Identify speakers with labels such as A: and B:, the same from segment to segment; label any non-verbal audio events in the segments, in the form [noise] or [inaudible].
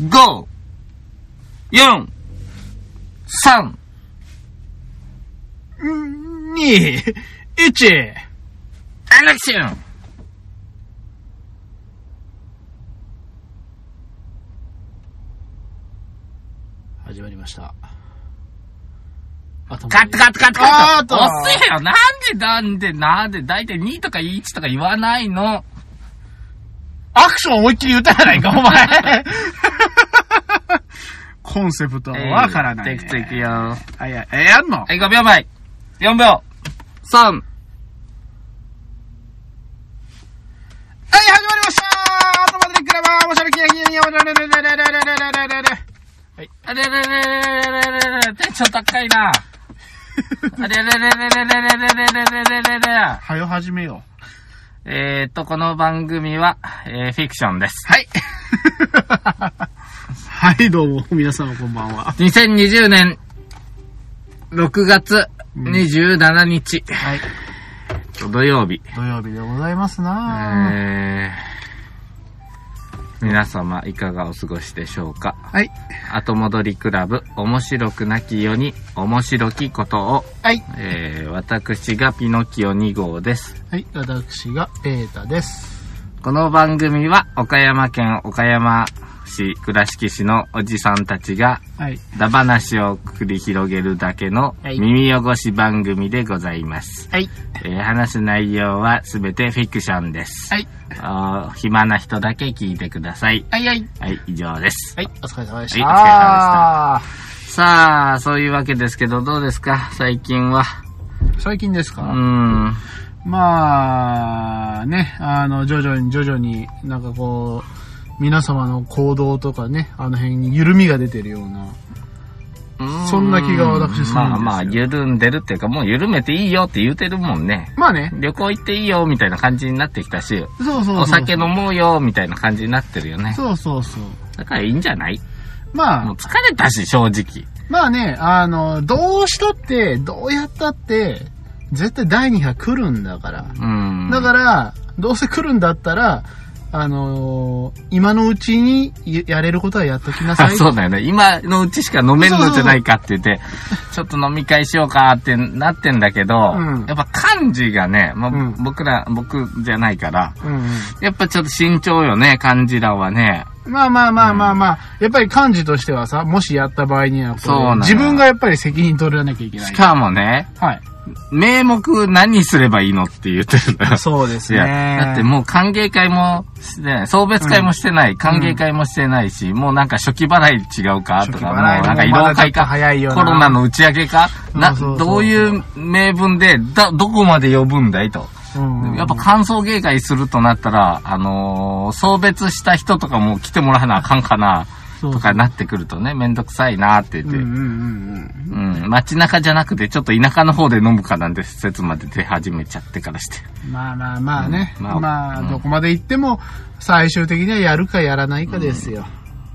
A: 5、4、3、2、1、エレクション
B: 始まりました。頭
A: カットカットカットカット
B: あーっと
A: 遅いよなんでなんでなんでだいたい2とか1とか言わないの
B: アクション思いっきり言ったじゃないか、お [laughs] 前。コンセプトはわからない、
A: え
B: ね
A: ーテイクツーいくよ。は
B: はいはい。え、やんの
A: い、5秒前。4秒。3。
B: はい、始まりましたートマトでクラバーおしゃれきやきやにおしゃれれれれれれれれれれ
A: あれれれれれれれれテンション高いな。あれれれれれれれれれれれれれ
B: はよ始めよう。
A: えーっと、この番組は、えー、フィクションです。
B: はい。 [laughs] はい、どうも、皆様こんばんは。
A: 2020年6月
B: うん
A: 27日、
B: はい。
A: 土曜日。
B: 土曜日でございますな
A: えー、皆様いかがお過ごしでしょうか
B: ーはい。
A: 後戻りクラブ面白くなき世に面白きことを、
B: はい。
A: えー、私がピノキオ2号です
B: はい、私がペータです。
A: この番組は岡山県岡山市倉敷市のおじさんたちが
B: はい。
A: ダ話を繰り広げるだけの
B: はい
A: 耳汚し番組でございます、
B: はい。
A: えー話す内容は全てフィクションです、
B: はい。
A: あー暇な人だけ聞いてください
B: はい、はい。
A: はい、以上です。
B: はい、お疲れ様で
A: はい
B: した。
A: お疲れ様さあ、そういうわけですけど、どうですか最近は。
B: 最近です
A: う
B: か、
A: ーん。
B: まあ、ね、あの、徐々に徐々になんかこう、皆様の行動とかね、あの辺に緩みが出てるような。そんな気が私するんですよ
A: まあまあ、緩んでるっていうか、もう緩めていいよって言うてるもんね。
B: まあね、
A: 旅行行っていいよみたいな感じになってきたし、
B: そうそうそう。
A: お酒飲もうよみたいな感じになってるよね。
B: そうそうそう。
A: だからいいんじゃない
B: まあ、
A: もう疲れたし、正直。
B: まあね、あの、どうしたって、どうやったって、絶対第2波来るんだから。
A: うん。
B: だから、どうせ来るんだったら、あのー今のうちにややれることはやっときなさ
A: あ
B: い。
A: そうだよね。今のうちしか飲めんのじゃないかって言って、ちょっと飲み会しようかってなってんだけど、
B: うん
A: やっぱ漢字がね、まあ
B: うん
A: 僕ら、僕じゃないから、
B: うんうん
A: やっぱちょっと慎重よね、漢字らはね。
B: まあまあまあまあまあ、やっぱり幹事としてはさ、もしやった場合にはこう
A: そうなの
B: 自分がやっぱり責任取らなきゃいけな
A: し
B: い。
A: かもね、
B: はい。
A: 名目何すればいいのって言ってるのよ。
B: そうです
A: い
B: ね。
A: や、だってもう歓迎会もしてない、送別会もしてない、歓迎会もしてないし、もうなんか初期払い違うか
B: 初
A: と
B: 期
A: か、もう
B: 払い
A: なんか移
B: もま
A: 動
B: だちょ
A: 会
B: っと
A: か、
B: 早いよな
A: コロナの打ち上げか、な、
B: そうそうそう
A: どういう名分で、だ、どこまで呼ぶんだいと。
B: うんうんうん
A: やっぱ歓送迎会するとなったら、あのー送別した人とかも来てもらわなあかんかな、
B: そう
A: とかなってくるとね、めんどくさいなって言
B: う
A: って。
B: んう
A: うんん
B: うんうん。
A: 街中じゃなくて、ちょっと田舎の方で飲むかなんて説まで出始めちゃってからして。
B: まあまあまあね。
A: うんま
B: ま
A: あ
B: あ、
A: うん
B: どこまで行っても、最終的にはやるかやらないかですよ。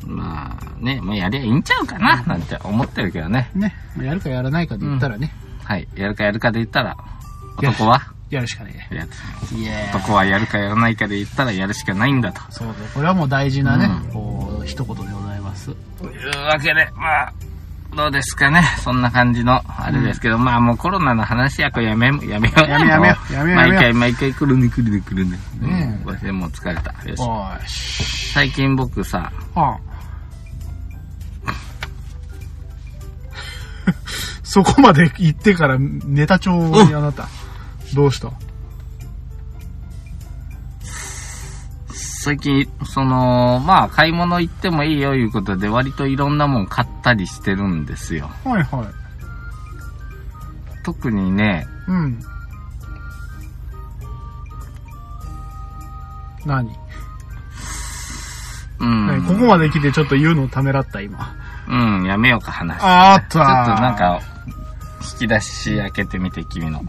A: まあね、もうやりゃいいんちゃうかな、なんて思ってるけどね。
B: ね。まあやるかやらないかで言ったらね、
A: はい。やるかやるかで言ったら、
B: いや
A: 男は
B: やるしかね
A: やる
B: え。いや
A: 男はやるかやらないかで言ったらやるしかないんだと。
B: そうそう。これはもう大事なね、
A: う
B: こう、一言でございます。
A: というわけで、まあ、どうですかね。そんな感じの、あれですけど、まあもうコロナの話やこれやめ、やめよう
B: やめやめよ
A: も
B: やめよやめよ
A: 毎回毎回来るね来るね来るね。
B: ねえ
A: うん私もう疲れた。よし。
B: おーし。
A: 最近僕さ、
B: はあ。そこまで行ってからネタ帳にあなた。どうした
A: 最近、その、まあ買い物行ってもいいよいうことで割といろんなもん買ったりしてるんですよ。
B: はいはい。
A: 特にね、
B: うん。
A: う
B: 何、何
A: ん。
B: ここまで来てちょっと言うのをためらった今。
A: うん、やめようか話。ちょ
B: あっ
A: っと
B: た
A: なん、か、引き出し開けてみて、君の。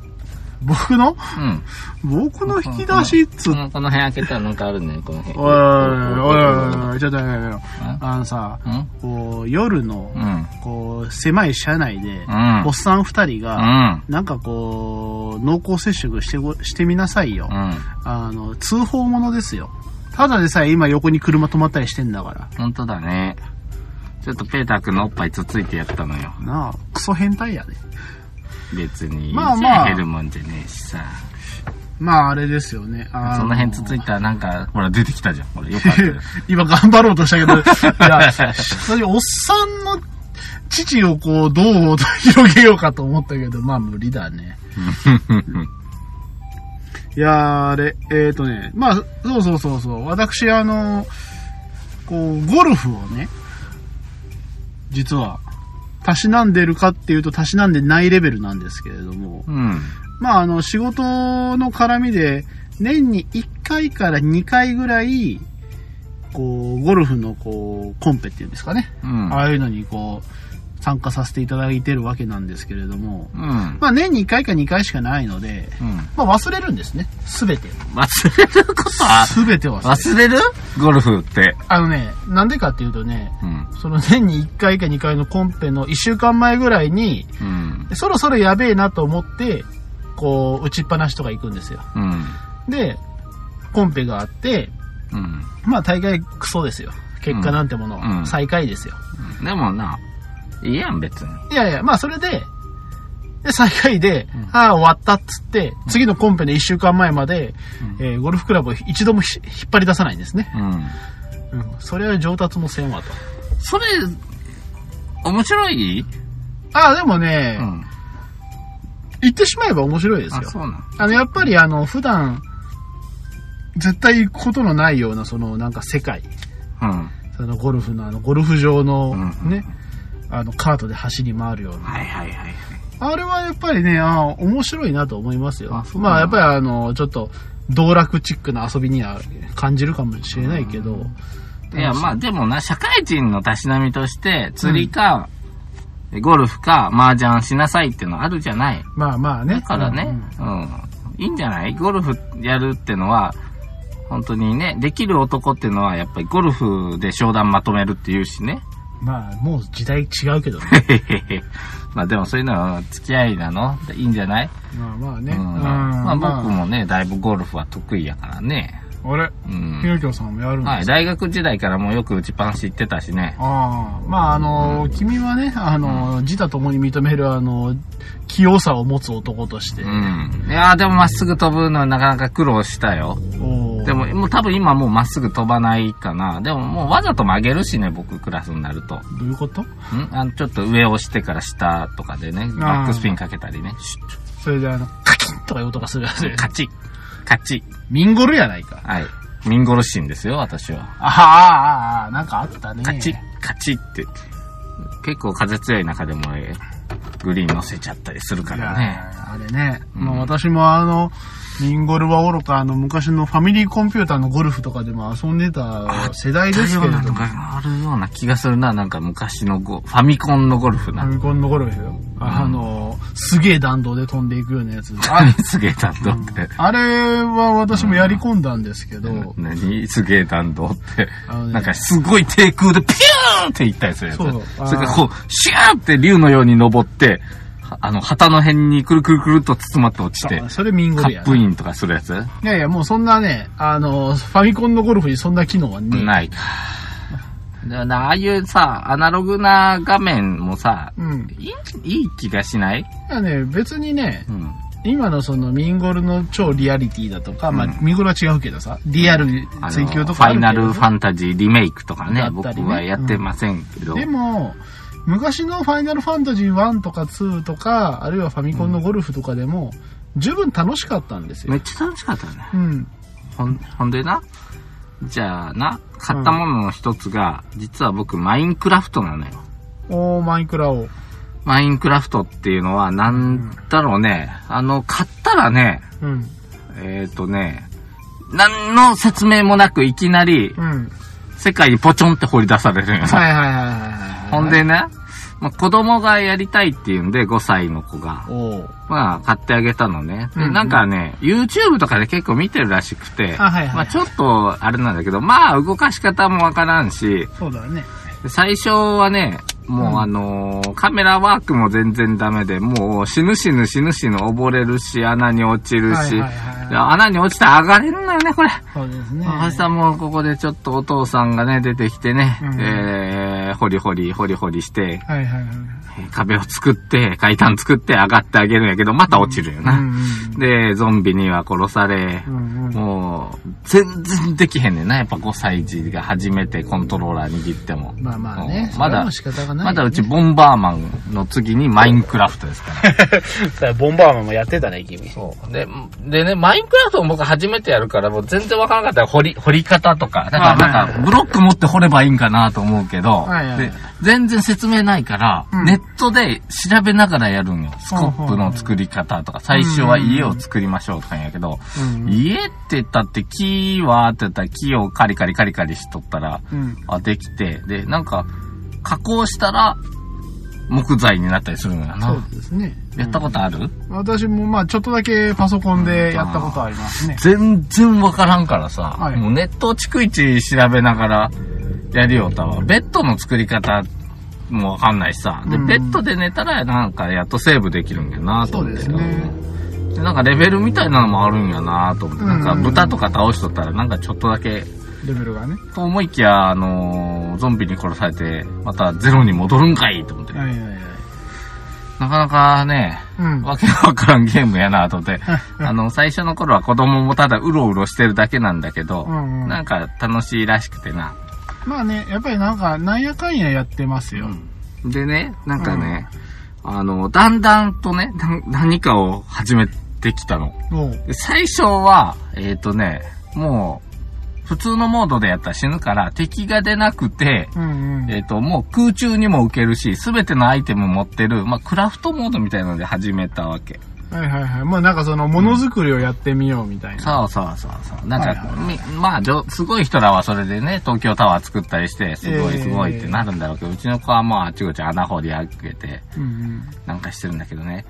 B: 僕の
A: うん。
B: 僕の引き出しっつ
A: こ
B: おい
A: のこの辺開けたらなんかあるね、この辺。
B: おいおいおい、ちょっとやめよあのさ、
A: うん
B: こう、夜の
A: う、ん。
B: こう、狭い車内で、
A: うん
B: おっさん二人が、
A: うん。
B: なんかこう、濃厚接触してごしてみなさいよ。
A: うん。
B: あの、通報者ですよ。ただでさえ今横に車止まったりしてんだから。
A: 本当だね。ちょっとペーター君のおっぱいつついてやったのよ。
B: なあ、クソ変態やで。
A: 別に。
B: まあまあ
A: 減るもんじゃねえしさ。
B: まああれですよね。あ
A: その辺つついたらなんか、ほら出てきたじゃん。ほら、よかった [laughs] よ。
B: [laughs] 今頑張ろうとした
A: [laughs]
B: けど、いや、そういうおっさんの父をこう、どう [laughs] 広げようかと思ったけど、まあ無理だね。いやー、あれ、えーとね、まあ、そうそうそうそう、私、あの、こう、ゴルフをね、実は、たしなんでるかっていうと、たしなんでないレベルなんですけれども、
A: うん。
B: まあ、あの、仕事の絡みで、年に1回から2回ぐらい、こう、ゴルフの、こう、コンペっていうんですかね。
A: うん。
B: ああいうのに、こう、参加させていただいてるわけなんですけれども、
A: うん。
B: まあ、年に1回か2回しかないので、
A: うん。
B: まあ、忘れるんですね。すべて。
A: 忘れることは
B: すべて忘れる。
A: 忘れるゴルフって。
B: あのね、なんでかっていうとね、
A: うん。
B: その年に1回か2回のコンペの1週間前ぐらいに、
A: うん。
B: そろそろやべえなと思って、こう、打ちっぱなしとか行くんですよ。
A: うん。
B: で、コンペがあって、
A: うん。
B: まあ大概クソですよ。結果なんてもの、
A: うんうん
B: 最下位ですよ。
A: でもな、いいやん、別に。
B: いやいや、まあそれで、で、最下位で、
A: ん
B: ああ、終わったっつって、次のコンペの1週間前まで、
A: うん
B: えーゴルフクラブを一度もひ引っ張り出さないんですね。
A: うん。
B: うん。それは上達もせんわと。
A: それ、面白い
B: ああ、でもね、
A: ん。
B: 言ってしまえば面白いです
A: あ、
B: よ。
A: そうなん。
B: あの、やっぱりあの、普段、絶対行くことのないような、その、なんか世界。
A: うん。
B: そのゴルフのあの、ゴルフ場の
A: うん
B: ね、あの、カートで走り回るような。
A: はいはいはい。
B: あれはやっぱりね、ああ面白いなと思いますよ
A: あ。そう
B: まあやっぱりあの、ちょっと、道楽チックな遊びには感じるかもしれないけど、
A: いや、まあでもな、社会人のたしなみとして、釣りか、ゴルフか、麻雀しなさいってのあるじゃない。
B: まあまあね。
A: だからね、うん、いいんじゃないゴルフやるってのは、本当にね、できる男ってのは、やっぱりゴルフで商談まとめるっていうしね。 [laughs]
B: うん。まあもう時代違うけどね。
A: まあでもそういうのは付き合いなのいいんじゃない、
B: まあまあね。
A: う。
B: うんん
A: まあ僕
B: ま
A: もね、だいぶゴルフは得意やからね。
B: あ、あれ、
A: うん
B: ひ。ろきょうさんもやるんですか、
A: はい、大学時代からもうよく打ちっぱなし行ってたしね。
B: ああ、まああの、君はね、あの、自他ともに認めるあの、器用さを持つ男として。
A: うん。いやーでもまっすぐ飛ぶのはなかなか苦労したよ。
B: おー
A: でも、もう多分今もうまっすぐ飛ばないかな。でももうわざと曲げるしね、僕クラスになると。ん
B: どういうこと
A: あの、ちょっと上押してから下とかでね、バックスピンかけたりね。シュッ
B: それであの、カキンとかいう音がするやつ。
A: カチッカチッ
B: ミンゴルやないか。
A: はい。ミンゴロシンですよ、私は。
B: ああ、ああ、なんかあったね。
A: カチッカチッって。結構風強い中でも、えーグリーン乗せちゃったりするか
B: い
A: ら
B: や
A: ね。
B: あれね。
A: うん
B: まあ私もあの、ミンゴルはおろか、あの、昔のファミリーコンピューターのゴルフとかでも遊んでた世代ですけれど
A: なの
B: も、フ
A: があるような気がするな、なんか昔のゴファミコンのゴルフな
B: ァ。ミコンのゴルフよ。あの、すげえ弾道で飛んでいくようなやつ。あ
A: すげえ弾道って。
B: あれは私もやり込んだんですけど、
A: 何すげえ弾道って。
B: あのね
A: なんかすごい低空でピューンって行ったりするやつ。そ
B: そうあ
A: れ
B: ー
A: からこう、シューンって竜のように登って、はあの、旗の辺にくるくるくるっと包まって落ちて
B: あ、それミンゴ
A: カ
B: ルや
A: ップインとかするやつ
B: いやいや、もうそんなね、あの、ファミコンのゴルフにそんな機能はねえ。
A: ないか。だからなああいうさ、アナログな画面もさ、
B: うん。い
A: いい、いい気がしない
B: やね、別にね、
A: うん。
B: 今のそのミンゴルの超リアリティだとか、まあ
A: うん
B: ミンゴルは違うけどさ、リアル
A: あの
B: 追求と
A: フ
B: かあ
A: ァイ
B: るけど
A: ナルファンタジーリメイクとかね、
B: だっ
A: 僕
B: たりね
A: はやってませんけど。
B: でも、昔のファイナルファンタジー1とか2とか、あるいはファミコンのゴルフとかでも、十分楽しかったんです
A: め
B: よ。
A: っちゃ楽しかったね。
B: うん。
A: ほん、ほんでな。じゃあな、買ったものの一つが、実は僕、マインクラフトなのよ。
B: おー、マイクラを。
A: マインクラフトっていうのは、なんだろうね。あの、買ったらね、
B: うん。
A: えっ、とね、何の説明もなく、いきなり
B: う、
A: [laughs]
B: ん。
A: 世界にポチョンって掘り出されるんよ。
B: はいはいはいはい。
A: ほん。でね、まあ、子供がやりたいっていうんで、5歳の子が、
B: おー。
A: まあ、買ってあげたのね。
B: うん
A: で、
B: うん
A: なんかね、YouTube とかで結構見てるらしくて、
B: あはいはい
A: まあ、ちょっと、あれなんだけど、まあ、動かし方もわからんし、
B: そうだね。
A: で最初はね、もうあのーカメラワークも全然ダメで、もう死ぬ死ぬ死ぬ死ぬ溺れるし、穴に落ちるし、
B: はいはいはい
A: 穴に落ちたら上がれるのよね、これ。
B: そうですね。
A: 高橋さんもここでちょっとお父さんがね、出てきてね、
B: うん
A: えー、ほりほり、ほりほりして、
B: はいはいはい。
A: 壁を作って、階段作って上がってあげるんやけど、また落ちるよな。
B: うん
A: で、ゾンビには殺され、
B: うんうん。
A: もう、全然できへんねんな。やっぱ5歳児が初めてコントローラー握っても。
B: まあまあね
A: う。んま
B: それは
A: だ
B: もう、仕方がないよね。
A: まだうちボンバーマンの次にマインクラフトですから。
C: ボンバーマンもやってたね、君。
A: そう。で、でね、マインクラフトも僕初めてやるから、もう全然わからなかったら掘り、掘り方とか、だから
B: あ
A: な
B: はい
A: んか、ブロック持って掘ればいいんかなと思うけど、
B: はいはい
A: で全然説明ないから、
B: うん
A: ネットで調べながらやるんよ。スコップの作り方とか、最初は家を作りましょうとか言うんやけど、
B: うんうん。
A: 家って言ったって木はって言ったら木をカリカリカリカリしとったら、
B: うん。
A: あできて、で、なんか、加工したら、木材になったりするのよ
B: そ
A: な。
B: うですね。
A: やったことある、
B: 私もまあちょっとだけパソコンでやったことありますね。
A: 全然わからんからさ、
B: はい
A: もうネットを逐一調べながらやるよったわ。ベッドの作り方もわかんないしさ。で、
B: うん
A: ベッドで寝たらなんかやっとセーブできるんやなと思って。
B: そうですね
A: うんでなんかレベルみたいなのもあるんやなと思って。
B: うん
A: なんか豚とか倒しとったらなんかちょっとだけ、
B: レベルがね。
A: と思いきや、あのーゾンビに殺されて、またゼロに戻るんかいと思って。
B: はいはいはい。
A: なかなかね、
B: う
A: [laughs]
B: ん。
A: わけのわからんゲームやなと思って。あの、最初の頃は子供もただうろうろしてるだけなんだけど、
B: うんうん
A: なんか楽しいらしくてな。
B: まあね、やっぱりなんか、なんやかんややってますよ。
A: でね、なんかね、あの、だんだんとね、な何かを始めてきたの。
B: おう
A: で最初は、えっ、とね、もう、普通のモードでやったら死ぬから、敵が出なくて、
B: うんうん。
A: えっ、と、もう空中にも受けるし、すべてのアイテム持ってる、まあ、クラフトモードみたいので始めたわけ。
B: はいはいはい。まあなんかその、ものづくりをやってみようみたいな。
A: そうそうそうそう。なんか、
B: はいは
A: みまあじょ、すごい人らはそれでね、東京タワー作ったりして、すご
B: え
A: い
B: え
A: すごいってなるんだろうけど、うちの子はもうあちこち穴掘り開けて、
B: うん
A: なんかしてるんだけどね。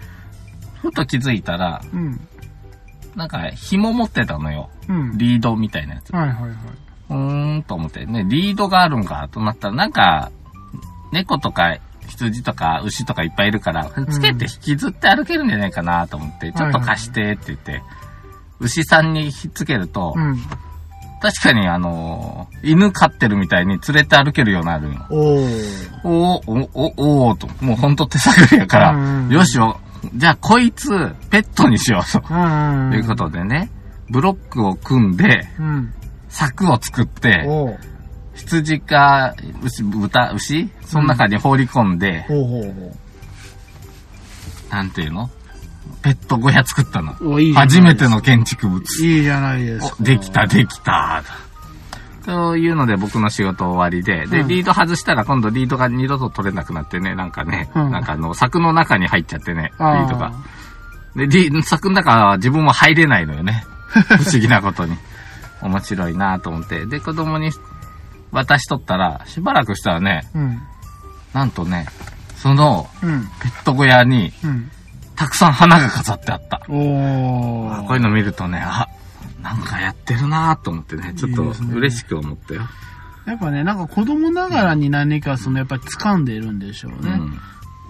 A: ふと気づいたら、
B: うん。うん。
A: なんか紐持ってたのよ。
B: うん。
A: リードみたいなやつ。
B: はいはいはい。
A: うーんと思って、ね、リードがあるんかとなったら、なんか、猫とか羊とか牛とかいっぱいいるから、つけて引きずって歩けるんじゃないかなと思って、ちょっと貸してって言って、牛さんにひっつけると、
B: うん。
A: 確かにあのー犬飼ってるみたいに連れて歩けるようになるの。
B: おお。
A: おーお、お、おーと。もうほんと手探りやか
B: うん
A: ら、よしよ。じゃあこいつ、ペットにしようと。
B: うんうん。
A: ということでね、ブロックを組んで、
B: うん。
A: 柵を作って、
B: おう
A: 羊か、牛、豚、牛その中に放り込んで、
B: ほうほうほう。
A: なんていうのペット小屋作ったの。
C: お、いいじゃん
A: 初めての建築物。
B: いいじゃないですか。
A: おできた、できた。というので僕の仕事終わりで、で、
B: うん
A: リード外したら今度リードが二度と取れなくなってね、なんかね、
B: うん
A: なんかあの、柵の中に入っちゃってね、リ
B: あー
A: ードが。で、リ柵の中は自分も入れないのよ
B: [laughs]
A: ね。不思議なことに。面白いなと思って。で、子供に渡しとったら、しばらくしたらね、
B: うん。
A: なんとね、その
B: うん。
A: ペット小屋に
B: うん。
A: たくさん花が飾ってあった。
B: お
A: あ
B: ー
A: こういうの見るとね、あ、なんかやってるなと思ってね、ちょっと
B: いいですね
A: 嬉しく思ったよ。
B: やっぱね、なんか子供ながらに何かそのやっぱり掴んでるんでしょうね。う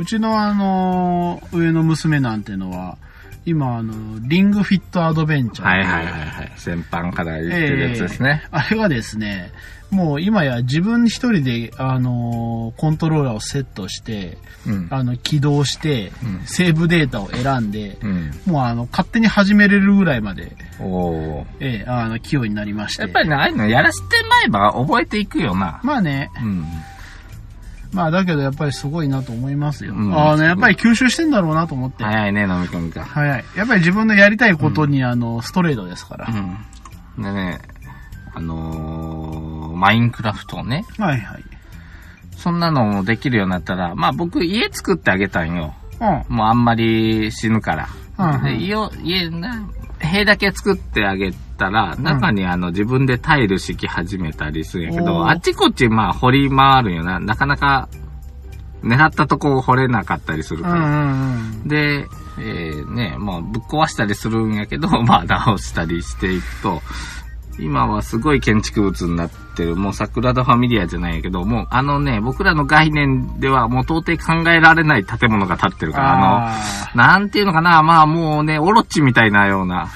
A: うん
B: ちのあのー上の娘なんてのは、今あのーリングフィットアドベンチャー。
A: はいはいはいはい。先般から言ってるやつですね。
B: あれはですね、もう今や自分一人で、あのーコントローラーをセットして、
A: うん。
B: あの、起動して、
A: うん
B: セーブデータを選んで、
A: うん。
B: もうあの、勝手に始めれるぐらいまで、
A: おー
B: ええ、あの、器用になりまして。
A: やっぱりね、ああいうのやらしてまえば覚えていくよな。
B: まあね、
A: うん。
B: まあだけどやっぱりすごいなと思いますよ。
A: うん
B: あの、やっぱり吸収してんだろうなと思って。
A: 早いね、飲み込みが。
B: 早い。やっぱり自分のやりたいことに、あの、ストレートですから。
A: うん。でね、あのー、マインクラフトをね、
B: はいはい。
A: そんなのもできるようになったら、まあ僕家作ってあげたんよ。
B: うん。
A: もうあんまり死ぬから。
B: うんうん
A: で家を家な、塀だけ作ってあげたら、中にあの自分でタイル敷き始めたりするんやけ
B: お
A: ど、
B: ー
A: あちこちまあ掘り回るんよな。なかなか狙ったとこを掘れなかったりする
B: う
A: か
B: んう
A: ら。
B: んうん。
A: で、え [laughs] ーね、まあぶっ壊したりするんやけど、まあ直したりしていくと、今はすごい建築物になってる、もう桜田ファミリアじゃないけど、もうあのね、僕らの概念ではもう到底考えられない建物が建ってるから、あの、なんていうのかな、まあもうね、オロチみたいなような、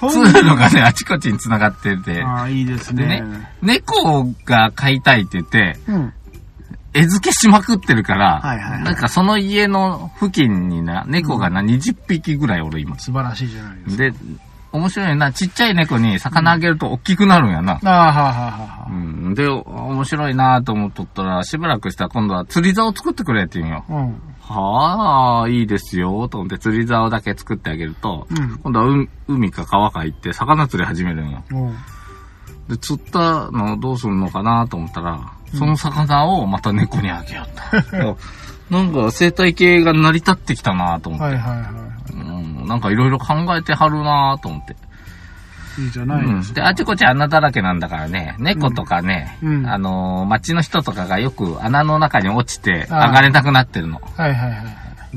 B: ほん
A: 通路がね、あちこちに繋がってて、
B: あーいいです
A: で
B: ね
A: ね、猫が飼いたいって言って、
B: うん。
A: 餌付けしまくってるから、
B: はいはいはい
A: なんかその家の付近にな、猫がな、20匹ぐらいおる今。
B: 素晴らしいじゃないですか。
A: で、面白いな、ちっちゃい猫に魚あげると大きくなるんやな。
B: ああ、はあはあはあ
A: う
B: は
A: ん。で、お面白いなと思っとったら、しばらくしたら今度は釣り竿を作ってくれって言うんよ。
B: あ。うん。
A: はあ、いいですよ、と思って釣り竿だけ作ってあげると、
B: うん
A: 今度はう海か川か行って魚釣り始めるんよ。
B: おう
A: で、釣ったのどうするのかなと思ったら、その魚をまた猫にあげよった。
B: [laughs]
A: なんか生態系が成り立ってきたなと思って、
B: はいはいは
A: うん、なんかいろいろ考えてはるなと思って。
B: い。いいじゃないです
A: うん、
B: か。
A: で、あちこち穴だらけなんだからね、猫とかね、
B: うんうん
A: あのー街の人とかがよく穴の中に落ちて
B: あー
A: 上がれなくなってるの。
B: はいはいはい。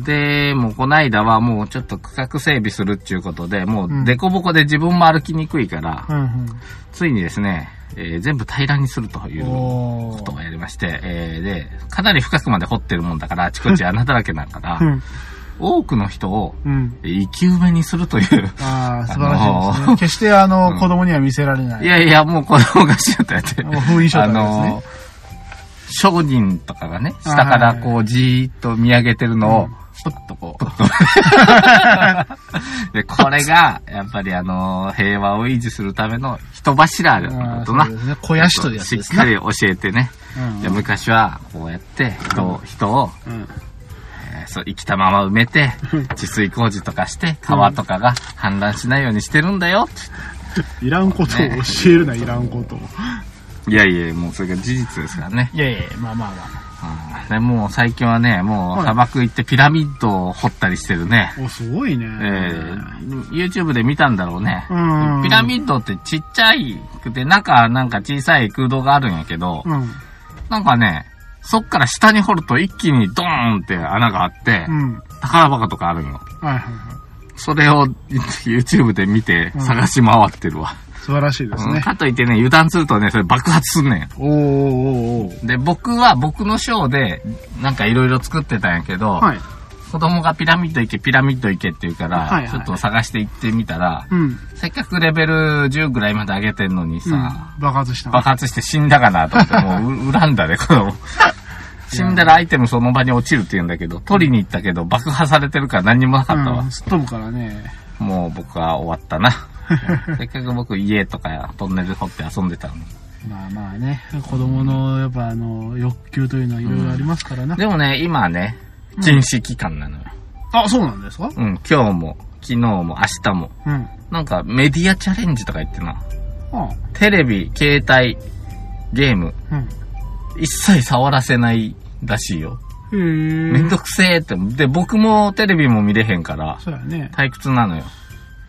A: で、もうこないだはもうちょっと区画整備するっていうことで、も
B: うん
A: うデコボコで自分も歩きにくいから、
B: うん
A: ついにですね、えー全部平らにするとい
B: うん。
A: う
B: お
A: こと
B: ー
A: をやりまして、えーで、かなり深くまで掘ってるもんだから、あちこち穴だらけだから、
B: うん。
A: 多くの人を
B: うん。
A: 生き埋めにするという、
B: ああ、素晴らしいです
A: あの
B: ね。決してあ
A: う
B: の、
A: ん
B: 子供には見せられないい。
A: やいや、もう子供がしちゃったやって。
B: もう封印症
A: あ
B: 態です
A: の
B: ね。
A: 商人とかがね、下からこうじーっと見上げてるのを、ポッとこう。で、これが、やっぱりあの、平和を維持するための人柱
B: あ
A: だ
B: ー
A: とな
B: そう。ですね。肥やしというやつ
A: しっ
B: です
A: か
B: ね。
A: り教えてね。
B: うん
A: いや昔は、こうやって、人を、人を、
B: うん
A: えーそう、生きたまま埋め
B: [laughs]
A: て、治水工事とかして、川とかが氾濫しないようにしてるんだよ。
B: いらんことを教えるな、いらんことを。
A: いやいや、もうそれが事実ですからね。
B: いやいや、まあまあまあ。
A: うんでもう最近はね、も
B: は
A: う
B: い
A: 砂漠行ってピラミッドを掘ったりしてるね。
B: お、すごいね。
A: えー YouTube で見たんだろうね。
B: うん
A: ピラミッドってちっちゃいくて、中なんか小さい空洞があるんやけど、
B: うん。
A: なんかね、そっから下に掘ると一気にドーンって穴があって、
B: うん。は
A: 宝箱とかあるんよ。
B: いはいはい。
A: それを [laughs] YouTube で見て
B: うん
A: 探し回ってるわ。
B: 素晴らしいです
A: うん
B: ね。
A: かといってね、油断するとね、それ爆発すんねん。
B: おーおーおー
A: で、僕は僕のショーで、なんかいろいろ作ってたんやけど、
B: おーはい。
A: 子供がピラミッド行け、ピラミッド行けって言うから、
B: はいはい
A: ちょっと探して行ってみたら、
B: うん。
A: せっかくレベル10ぐらいまで上げてんのにさ、
B: うん爆発した。
A: 爆発して死んだかなと思 [laughs] って、もうう恨んだね、子供。死んだらアイテムその場に落ちるって言うんだけど、取りに行ったけど爆破されてるから何にもなかったわ
B: うん。すっ飛ぶからね。
A: もう僕は終わった [laughs] な。せっかく僕家とかトンネル掘って遊んでたの [laughs] に。
B: まあまあね、子供の、やっぱあの、欲求というのはいろいろありますからな。
A: でもね、今はね、禁止期間なのよ。
B: あ、そうなんですか
A: うん、今日も、昨日も、明日も。
B: うん。あ
A: なんかメディアチャレンジとか言ってな。
B: あ
A: テレビ、携帯、ゲーム、一切触らせないらしいよ。
B: うん。へえ。
A: めんどくせえって。で、僕もテレビも見れへんから、
B: そうやね。
A: 退屈なのよ。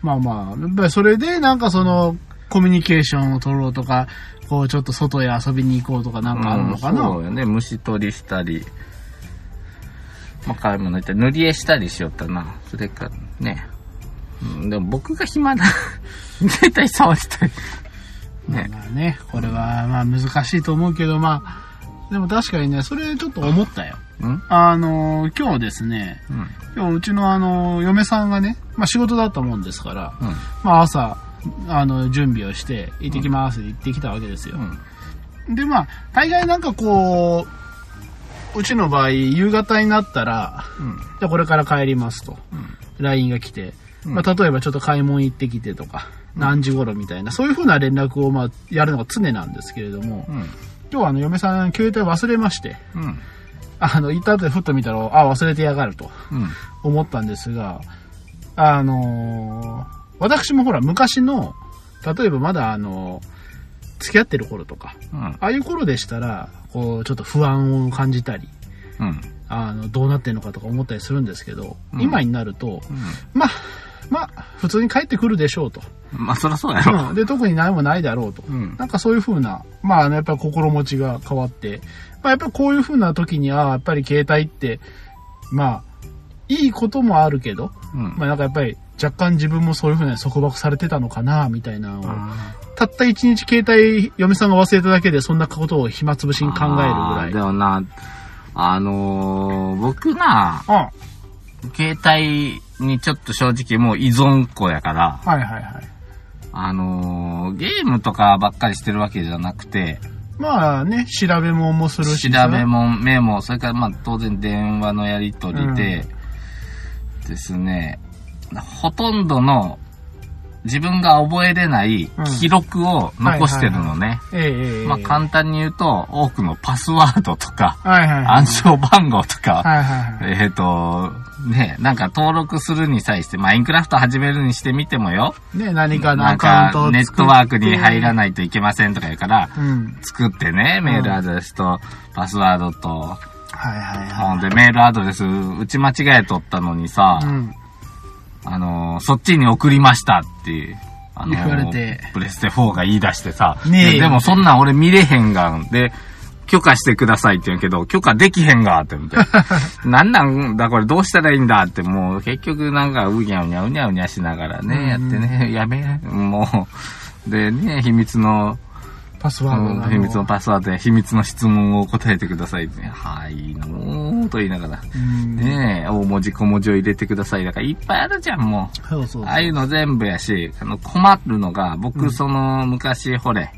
B: まあまあ、やっぱりそれでなんかその、コミュニケーションを取ろうとか、こうちょっと外へ遊びに行こうとかなんかあるのかな。
A: うんそうよね。虫取りしたり、まあ、買い物行ったり、塗り絵したりしよったな。それか、ね。うん、でも僕が暇 [laughs] だ。携帯触りたい。
B: まあ
A: ね。
B: まあね、これはまあ難しいと思うけど、まあ、でも確かにね、それちょっと思ったよ。
A: うん
B: あの、今日ですね、
A: うん。
B: 今日うちのあの、嫁さんがね、まあ仕事だったもんですから、
A: うん。
B: まあ朝、あの、準備をして、行ってきます、行ってきたわけですよ
A: う。ん。
B: で、まあ、大概なんかこう、うちの場合、夕方になったら、
A: うん。
B: じゃあこれから帰りますと、LINE が来て、
A: うん
B: まあ、例えばちょっと買い物行ってきてとか、何時頃みたいな、そういうふうな連絡をまあ、やるのが常なんですけれども、
A: うん。
B: 今日はあの、嫁さん、携帯忘れまして、
A: うん。
B: あの、行った後でふっと見たら、あ、忘れてやがると
A: うん。
B: 思ったんですが、あのー私もほら、昔の、例えばまだあの、付き合ってる頃とか、
A: うん。
B: ああいう頃でしたら、こう、ちょっと不安を感じたり、
A: うん。
B: あの、どうなってんのかとか思ったりするんですけど、
A: うん
B: 今になると、
A: うん
B: まあ、まあ、普通に帰ってくるでしょうと。
A: まあ、そりゃそうやろ。
B: うんで、特に何もないだろうと。
A: うん。
B: なんかそういう風な、まあ、あの、やっぱり心持ちが変わって、まあ、やっぱりこういう風な時に、ああ、やっぱり携帯って、まあ、いいこともあるけど、
A: うん。
B: まあ、なんかやっぱり若干自分もそういうふうに束縛されてたのかな、みたいなのを
A: あ
B: たった一日携帯、嫁さんが忘れただけで、そんなことを暇つぶしに考える
A: あ
B: ぐら
A: ー
B: い。
A: でもな、あのー僕な、
B: うん。はい
A: 携帯にちょっと正直もう依存っ子やから、
B: はいはい。
A: あのーゲームとかばっかりしてるわけじゃなくて、
B: まあね、調べもんもするし。
A: 調べもメモ、それからまあ当然電話のやり取りで、ですね、ほとんどの自分が覚えれない記録を残してるのね。
B: ええええ。
A: まあ簡単に言うと、多くのパスワードとか、
B: はいはいはい。
A: 暗証番号とか、
B: はいはいはい。
A: えっ、と、ね、なんか登録するに際して、マインクラフト始めるにしてみてもよ、
B: ね、何かの
A: な
B: ア
A: ん
B: カウント
A: か
B: を
A: ネットワークに入らな
B: ない。
A: いといけませんとか言うから、
B: うん。
A: 作ってね、メールアドレスとパスワードと、
B: はいはいは
A: ほんで、メールアドレス、打ち間違えとったのにさ、
B: い。うん。
A: あのー、そっちに送りましたって、あのー、
B: 言われて
A: プレステ4が言い出してさ、
B: ねえ
A: ででもそんなん俺見れへんがん。で、許可してくださいって言うけど、許可できへんがって、み
B: [laughs]
A: たいな。なんなんだこれどうしたらいいんだって、もう結局なんかうにゃうにゃうにゃうにゃしながらね、やってね、やめ、もう、でね、秘密の
B: パスワードが
A: うん秘密のパスワードや秘密の質問を答えてくださいって。はい、のーと言いながら。
B: うん
A: ねえ、大文字小文字を入れてください。だからいっぱいあるじゃん、もう。
B: そうそうそう。
A: ああいうの全部やし、あの、困るのが、僕、その、昔、ほれ、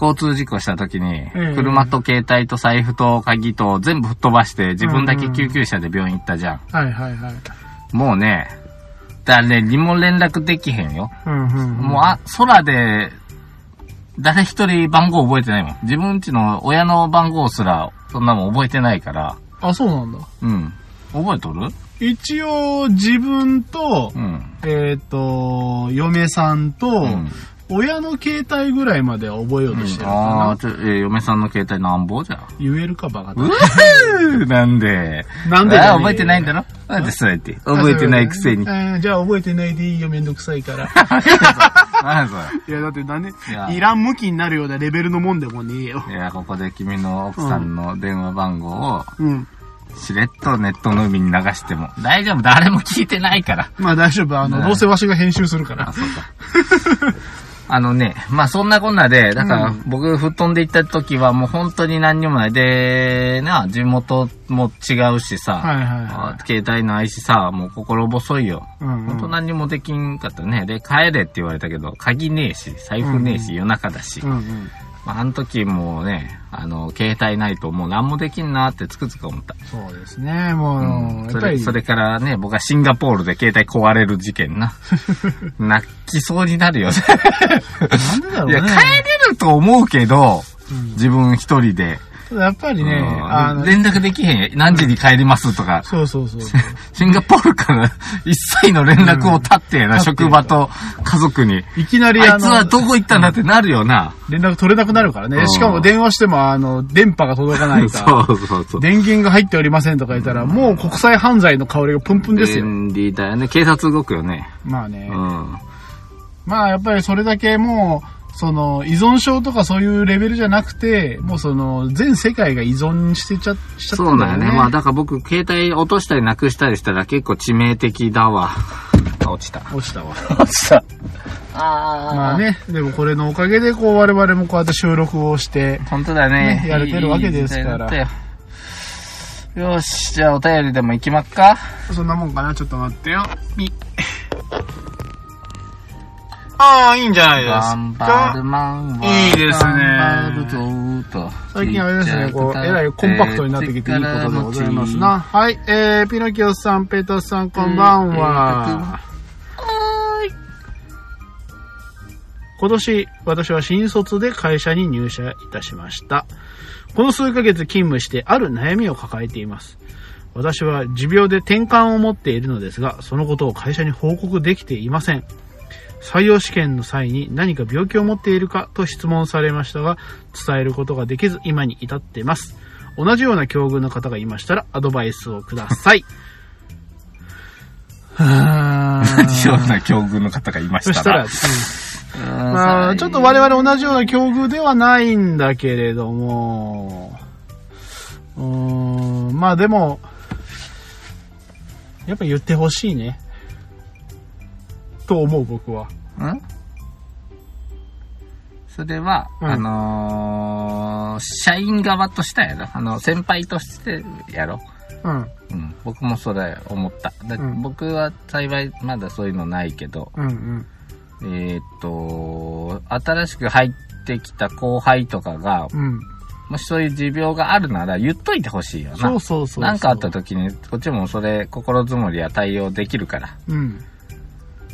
A: 交通事故した時に、
B: うん
A: 車と携帯と財布と鍵と全部吹っ飛ばして、自分だけ救急車で病院行ったじゃん。
B: はいはいはい。
A: もうね、誰にも連絡できへんよ。
B: うんうんうん。
A: もう、あ、空で、誰一人番号覚えてないもん。自分ちの親の番号すら、そんなもん覚えてないから。
B: あ、そうなんだ。
A: うん。覚えとる
B: 一応、自分と、
A: うん。
B: えっと、嫁さん
A: う
B: と、
A: ん。
B: 親の携帯ぐらいまでは覚えようとしてるか
A: ああ、
B: な。
A: ちょ、えー嫁さんの携帯なんぼじゃん。
B: 言えるかバカだ
A: う。ーなんで。
B: なんでだね
A: あー覚えてないんだろなんでそうやって。覚えてないくせに。
B: あそうだねえーじゃあ覚えてないでいいよ、めんどくさいから。
A: なんだそ
B: [laughs] いや、だってだね
A: いや
B: いらん向きになるようなレベルのもんでもねえよ。
A: れ。いや、ここで君の奥さんの電話番号を、
B: うん。
A: しれっとネットの海に流しても、大丈夫、誰も聞いてないから。
B: まあ大丈夫。あの、
A: ね
B: どうせわしが編集するから
A: あ、。そうか。あのね、まあそんなこんなで、だから僕、吹っ飛んで行った時はもう本当に何にもない。で、な、地元も違うしさ、
B: はいはい
A: あ
B: は
A: 携帯ないしさ、もう心細いよ。
B: い。うんう
A: 本
B: ん
A: 当何にもできんかったね。で、帰れって言われたけど、鍵ねえし、財布ねえし、夜中だし。
B: うんうん。
A: まあ、あの時もうね、あの、携帯ないともう何もできんなってつくづく思った。
B: そうですね。もう、
A: そ
B: やっぱ
A: れ
B: り、
A: それからね、僕はシンガポールで携帯壊れる事件
B: [laughs]
A: な。泣きそうになるよね。
B: なんでだろう
A: い
B: ね
A: や、帰れると思うけど、自分一人で。
B: ただやっぱりね、
A: うん
B: あの、
A: 連絡できへん。何時に帰りますとか。
B: そうそうそう。 [laughs]
A: シンガポールから [laughs] 一切の連絡を絶ってやな、
B: うん
A: 職場と家族に。
B: いきなり
A: あ
B: あ
A: いつはど
B: の、
A: こ行ったんだってなるよな。
B: 連絡取れなくなるから
A: う
B: ね
A: ん。
B: しかも電話しても、あの、電波が届かないから。
A: [laughs] そうそうそう。
B: 電源が入っておりませんとか言ったら、もう国際犯罪の香りがプンプンですよ。
A: 便利だよね。警察動くよね。
B: まあ
A: う
B: ね。
A: ん。
B: まあやっぱりそれだけもう、その依存症とかそういうレベルじゃなくて、もうその全世界が依存してちゃ、しちゃって
A: そうだよね。まあ
B: だ。
A: だから僕、携帯落としたりなくしたりしたら結構致命的だわ。あ落ちた。
B: [laughs] 落ちたわ。
A: 落ちた。あ
B: まあ。ね、でもこれのおかげで、こう我々もこうやって収録をして、
A: 本当だね。
B: ねやれてるわけですから
A: いい時代だったよよし、じゃあお便りでも行きまっか。
B: そんなもんかな、ちょっと待ってよ。みああ、いいんじゃない
A: 頑張るマンは。
B: いいですね
A: 頑張るぞーと。
B: 最近あれですね、こう、えらいコンパクトになってきていいことでございますな。。はい、えー、ピノキオさん、ペータスさん、こんばんは。今年、私は新卒で会社に入社いたしました。この数ヶ月勤務して、ある悩みを抱えています。私は持病で転換を持っているのですが、そのことを会社に報告できていません。採用試験の際に何か病気を持っているかと質問されましたが、伝えることができず今に至っています。同じような境遇の方がいましたらアドバイスをください。は
A: 同じような境遇の方がいま
B: [laughs] そ
A: し
B: したたら、
A: ら [laughs]
B: うん。まあ、ちょっと我々同じような境遇ではないんだけれども、うーん、まあでも、やっぱ言ってほしいね。と思う、僕は。
A: んそれは、
B: うん
A: あのー社員側としたやろ。あの、先輩としてやろ。
B: うん、
A: うん。僕もそれ思った。だ
B: うん
A: 僕は幸いまだそういうのないけど、
B: うん、うん。
A: えーっと、新しく入ってきた後輩とかが、
B: うん。
A: もしそういう持病があるなら言っといてほしいよな。
B: そうそうそう。
A: なんかあった時に、こっちもそれ、心づもりや対応できるから。
B: うん。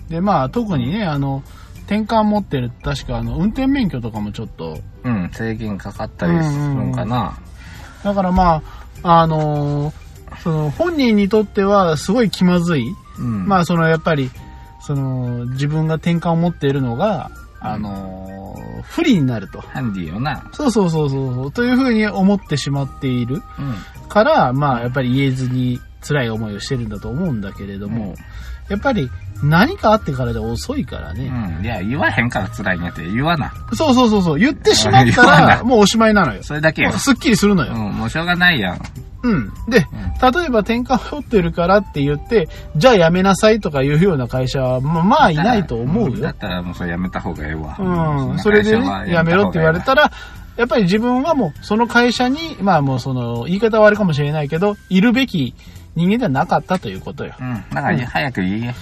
B: で、まあ、特にね、あの、転換持ってる、確か、あの、運転免許とかもちょっと、
A: うん、制限かかったりするんかな。
B: だからまあ、あのーその、本人にとっては、すごい気まずい。
A: うん。
B: まあ、その、やっぱり、その、自分が転換を持っているのが、あのー不利になると。
A: ハンディよな。
B: そうそうそうそうそう、というふうに思ってしまっている。
A: うん。
B: から、まあ、やっぱり言えずに辛い思いをしてるんだと思うんだけれども、
A: うん
B: やっぱり何かあってからで遅いからね。
A: うん。いや、言わへんから辛いんやって、言わな。
B: そうそうそうそう、言ってしまっ
A: 言
B: た
A: わな
B: ら、もうおしまいなのよ。
A: それだけよ。
B: すっきりするの
A: う
B: よ
A: ん、。もうしょうがないやん。
B: うん。で、例えば転換を取ってるからって言って、じゃあやめなさいとかいうような会社は、まあまあいないと思う
A: だ
B: よ
A: っ。たらもうそれやめた方がええわ。
B: うん。それでね、やめろって言われた
A: ら。
B: ら、やっぱり自分はもう、その会社に、まあもうその、言い方は悪いかもしれないけど、いるべき人間ではなかったということ
A: [laughs]
B: よ
A: う。ん。だから、早く言え。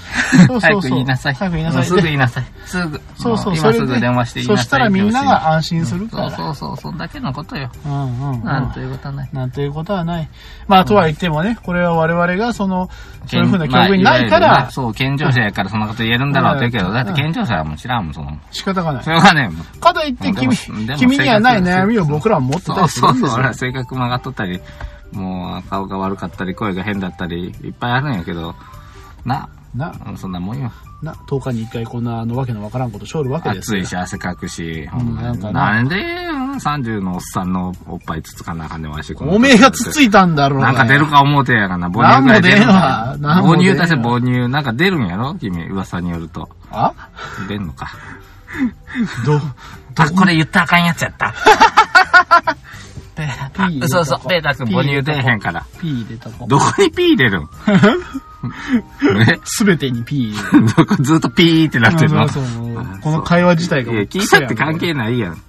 B: そう
A: 早
B: そう
A: く
B: そう。
A: 言いなさい。
B: 早く言いなさ
A: もう
B: い。
A: すぐ言いなさい。すぐ。
B: そうそう、
A: も
B: そ
A: 今
B: れです
A: ぐ電話して言いな
B: そ
A: さい。
B: したらみんなが安心するから。
A: そうそうそう、そんだけのことよ。
B: うんうんうん。
A: なんということはない。
B: なんていうことはない。まあ、とは言ってもね、これは我々が、その、そういうふうな境
A: まあ
B: 遇にないか
A: わゆる
B: ら
A: な、そう、健常者やからそんなこと言えるんだろうって言うけ
B: う
A: ど、
B: ん
A: だって健常者はもう知らんもん、その。
B: 仕方がな
A: し
B: い。
A: ょうがねえもん。
B: かといっ
A: で
B: て、
A: も
B: 君
A: でも、
B: 君にはない
A: 生活
B: 悩みを僕らは持ってた
A: そう
B: りす
A: そ
B: る
A: うんそ
B: で
A: う、
B: す
A: 俺
B: よ
A: ら。 [laughs] 性格曲がっとったり、もう顔が悪かったり、声が変だったり、いっぱいあるんやけど、な、
B: な、
A: うんそんなもんよ。
B: な、10日に1回こんな、あの、わけのわからんことしょおるわけです
A: 暑
B: よ
A: い。し、汗かくし、ほん
B: んなんか
A: ま
B: な
A: なんで、うん30のおっさんのおっぱいつつかなあかんねんわし、こんな
B: おめえがつついたんだろう
A: なんか出るか思うてやがな、母
B: なん
A: 乳
B: も
A: が
B: 出
A: 出
B: ん
A: る
B: わ
A: か。
B: なんも
A: 母
B: 出んわ
A: 乳出せ母乳、なんか出るんやろ君、噂によると。
B: あ
A: 出んのか。
B: ど、
A: あ、これ言ったらあかんやつやった。ペータ
B: ピー入れ
A: 君。
B: た
A: そうそう、ペータ君母乳出えへんから。
B: ピー入れたか
A: どこにピー入
B: [laughs]
A: れるん [laughs] え
B: すべてにピー入れた。
A: どこ [laughs] ずっとピーってなってるの
B: あそうそうもう
A: あ
B: この会話自体が
A: いや、聞いたって関係ないやん。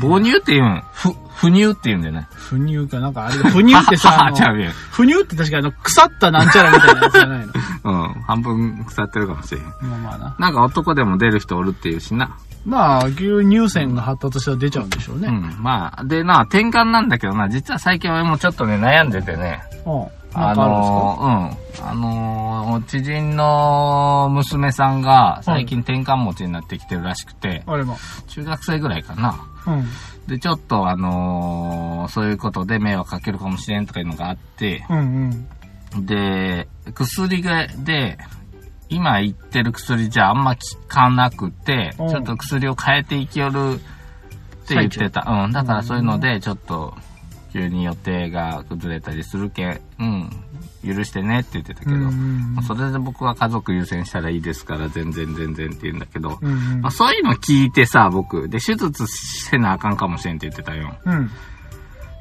A: 母乳って言うん。ふ、不乳って言うんじゃない
B: 不乳かなんかあれだ。不乳ってさ、あ
A: [laughs]
B: の
A: ちゃうやん。
B: 不乳って確かあの、腐ったなんちゃらみたいなやつじゃないの。
A: うん。半分腐ってるかもしれへん。
B: まあまあな。
A: なんか男でも出る人おるっていうしな。
B: まあ、牛乳腺が発達したら出ちゃうんでしょう
A: う
B: ね。
A: ん。まあ、でな、転換なんだけどな、実は最近俺もちょっとね、悩んでてね。
B: うん。なんかあるんですか
A: ーうん。あのー知人の娘さんが最近転換持ちになってきてるらしくて、
B: あれも。
A: 中学生ぐらいかな。
B: うん。
A: で、ちょっとあのーそういうことで迷惑かけるかもしれんとかいうのがあって、
B: うんうん。
A: で、薬が、で、今言ってる薬じゃあんま効かなくて、
B: うん
A: ちょっと薬を変えていきよるって言ってた。うん。だからそういうので、ちょっと、急に予定が崩れたりするけん、うん、許してねって言ってたけど、
B: うんうんうん
A: それで僕は家族優先したらいいですから、全然全然って言うんだけど、
B: うんうん
A: まあ、。そういうの聞いてさ、僕、で、手術せなあかんかもしれんって言ってたよ。
B: うん。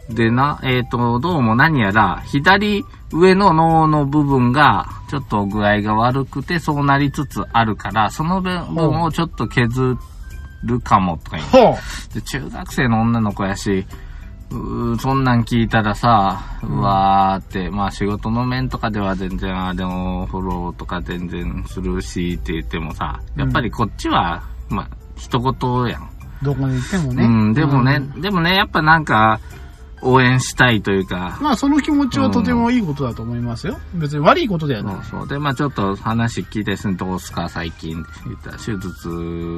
A: でな、えっ、と、どうも何やら、左上の脳の部分が、ちょっと具合が悪くて、そうなりつつあるから、その部分をちょっと削るかも、とか言う
B: ほう。
A: で中学生の女の子やし、うーそんなん聞いたらさ、うわーって、まあ仕事の面とかでは全然、あーでもフォローとか全然するしって言ってもさ、やっぱりこっちは、まあ、人事やん。
B: どこに行ってもね。
A: うん、でもね、でもね、やっぱなんか、応援したいというか
B: うん。、まあ、その気持ちはとてもいいことだと思いますよ。別に悪いことでは
A: そ
B: な
A: うそう。で、まあちょっと話聞いてすんどうすか、最近。言ったら手術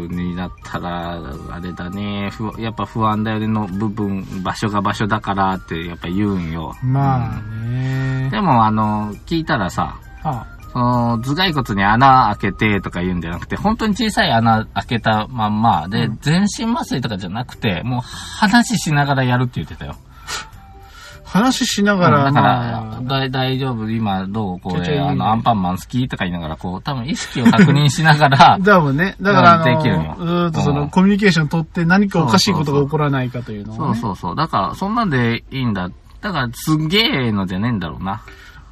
A: になったら、あれだね、ふやっぱ不安だよねの部分、場所が場所だからってやっぱ言うんよ。
B: い。まあ
A: うん
B: ね。
A: でも、あの、聞いたらさ、
B: あ
A: その、頭蓋骨に穴開けてとか言うんじゃなくて、本当に小さい穴開けたまんま、で、全身麻酔とかじゃなくて、もう話しながらやるって言ってたよ。
B: 話しなが
A: う
B: ら、
A: んだ
B: ま
A: から、
B: あ
A: だい大丈夫、今どうこ
B: ちょちょ
A: れ、
B: いいね
A: あの、アンパンマン好きとか言いながら、こう、多分意識を確認しなが
B: [laughs]
A: ら、
B: だもんね。だから、あ
A: うんできる
B: の
A: よ、
B: うーんとそうの、
A: ん
B: コミュニケーション取って何かおかしいことが起こらないかというの
A: そ
B: を
A: う
B: ね。
A: そうそう。だから、そんなんでいいんだ。だから、すんげえのじゃねえんだろうな。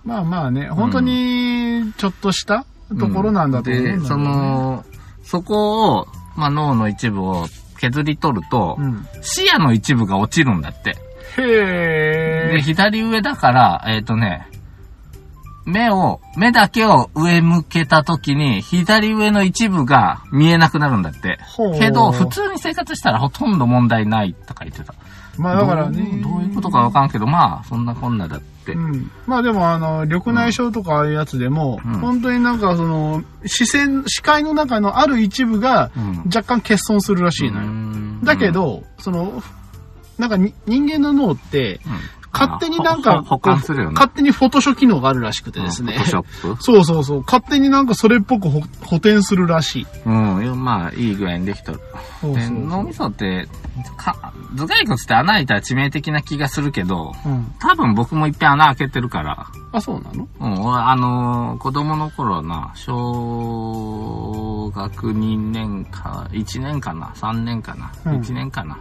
B: まあまあね、本当に、ちょっとした、ところなんだと思うんだよ
A: で、
B: ね
A: そ、の、そこを、まあ、脳の一部を削り取ると、
B: うん。
A: 視野の一部が落ちるんだって。
B: へ
A: で、左上だから、えっ、とね、目を、目だけを上向けた時に、左上の一部が見えなくなるんだって。
B: ほう
A: けど、普通に生活したらほとんど問題ないとか言ってた。
B: ー。まあだからね。
A: どうどういうことかわかんけど、まあ、そんなこんなだって。
B: うん、まあでもあの緑内障とかああいうやつでも、
A: うん
B: 本当になんかその視線視界の中のある一部が
A: うん
B: 若干欠損するらしいのよ、
A: よ
B: だけ、どそのなんかに人間の脳って
A: うん
B: 勝手になんか
A: ほほ保管するよね。
B: 勝手にフォトショ機能があるらしくてですね、
A: うんフォトショップ
B: そうそうそう勝手になんかそれっぽくほ補填するらしい
A: うんいや、まあ、いい具合にできとる。
B: そうそう
A: で、
B: そう
A: 脳みそって、か頭蓋骨って穴開いたら致命的な気がするけど、
B: うん、
A: 多分僕もいっぺん穴開けてるから、
B: あそうなの
A: うん、俺あのー子供の頃な、小学2年か、1年かな、3年かな、
B: うん
A: 1年かな。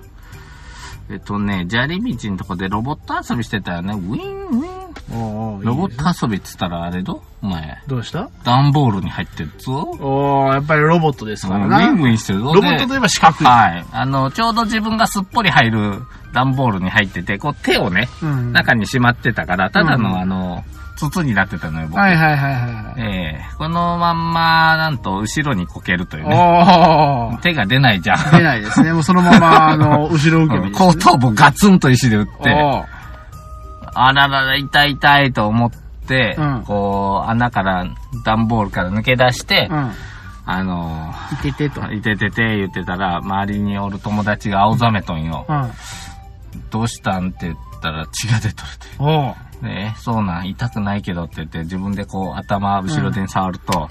A: えっとね、砂利道のとこでロボット遊びしてたよね。ウィンウィン。
B: ああ
A: ロボット遊びっつったらあれどお前、
B: どうした
A: 段ボールに入ってるぞ。
B: おーやっぱりロボットです
A: うんウ
B: から
A: ィ
B: な
A: ンウィンしてるぞ。
B: ロボットといえば四角い、
A: はい。あの、ちょうど自分がすっぽり入る段ボールに入ってて、こう手をね、
B: うん
A: 中にしまってたから、ただの、
B: うん
A: あの、筒になってたのよ、僕。
B: はいはいはいはい。
A: ええこのまんま、なんと、後ろにこけるというね。
B: おー
A: 手が出ないじゃん。
B: 出ないですね。もうそのまま、あの、後ろ受け身です、ね。
A: 後頭部ガツンと石で打って、
B: おー
A: あららら、痛い痛いと思って、
B: うん
A: こう、穴から、段ボールから抜け出して、
B: うん。
A: あの
B: いけてと。うん。
A: いててて言ってたら、周りにおる友達が青ざめとんよ。どうしたんって言ったら血が出とるて。
B: おー
A: で、えそうなん、痛くないけどって言って、自分でこう、頭、後ろ手に触ると、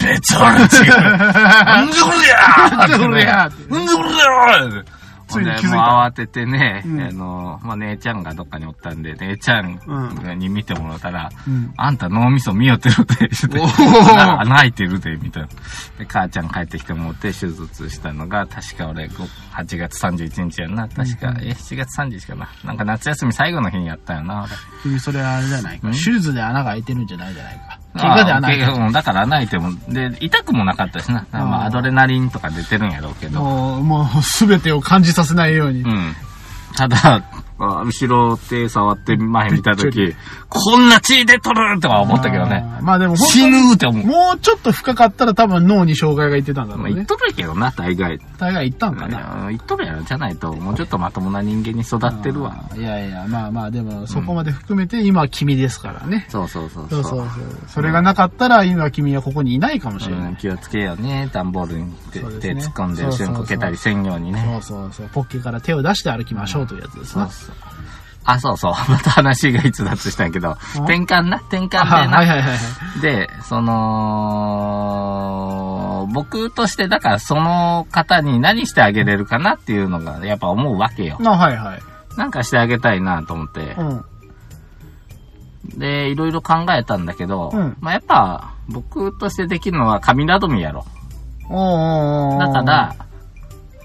A: べちょるちが、なんでこれや
B: なんでこれや
A: ってねなんでこれやって
B: ついに気づ
A: ほん
B: いた
A: でもう慌ててね、
B: うん
A: あの、まあ、姉ちゃんがどっかにおったんで、姉ちゃんに見てもらったら、
B: うん
A: あんた脳みそ見よってるで、って
B: おー
A: な泣いてるで、みたいな。で、母ちゃん帰ってきてもって手術したのが、確か俺、ご8月31日やんな。確か、え、7月30日かな。なんか夏休み最後の日にやったよな、俺。
B: 君、それはあれじゃないか。
A: ん
B: 手術で穴が開いてるんじゃないじゃないか。怪我で穴開いて
A: あ怪我うんだから穴開いても、で、痛くもなかったしな。まあ、
B: あー
A: アドレナリンとか出てるんやろうけ
B: る。
A: ど。
B: もう、もう、すべてを感じさせないように。
A: うん。ただ、あ後ろ手触って前見たと
B: びっ
A: き、こんな血出とるとは思ったけどね。
B: あー。まあでも、本
A: 死
B: 当に
A: ぬって思う。
B: もうちょっと深かったら多分脳に障害がいってたんだ
A: ま
B: ろ
A: あ、言
B: う
A: っ
B: ね。
A: とるけどな、大概。
B: 大概行ったん
A: い
B: かな。
A: や言っとるやろ。じゃないと、もうちょっとまともな人間に育ってるわ。
B: あー。いやいや、まあまあ、でも、そこまで含めて今は君ですからね。
A: そうそうそう
B: そ
A: そうう。
B: そうそう。それがなかったら今君はここにいないかもしれな
A: う
B: い
A: ん、。気をつけようね。段ボールに手,、
B: そうです
A: 手
B: ね
A: 突っ込んで
B: そう
A: 後
B: そうそう
A: ろにこけたりせんようにね。
B: そうそうそう。ポッケから手を出して歩きましょうというやつです
A: そう
B: な。
A: そう。あ、そう [laughs] そう。また話が逸脱したんやけど、転換な、転換で
B: あは
A: な。
B: いはいはいはい。
A: で、その、僕として、だからその方に何してあげれるかなっていうのが、やっぱ思うわけよ。
B: あはいはい。
A: なんかしてあげたいなと思って
B: う。ん。
A: で、いろいろ考えたんだけど、
B: うん
A: まあやっぱ、僕としてできるのは神頼みやろ。
B: おーおーおー
A: だか、ら、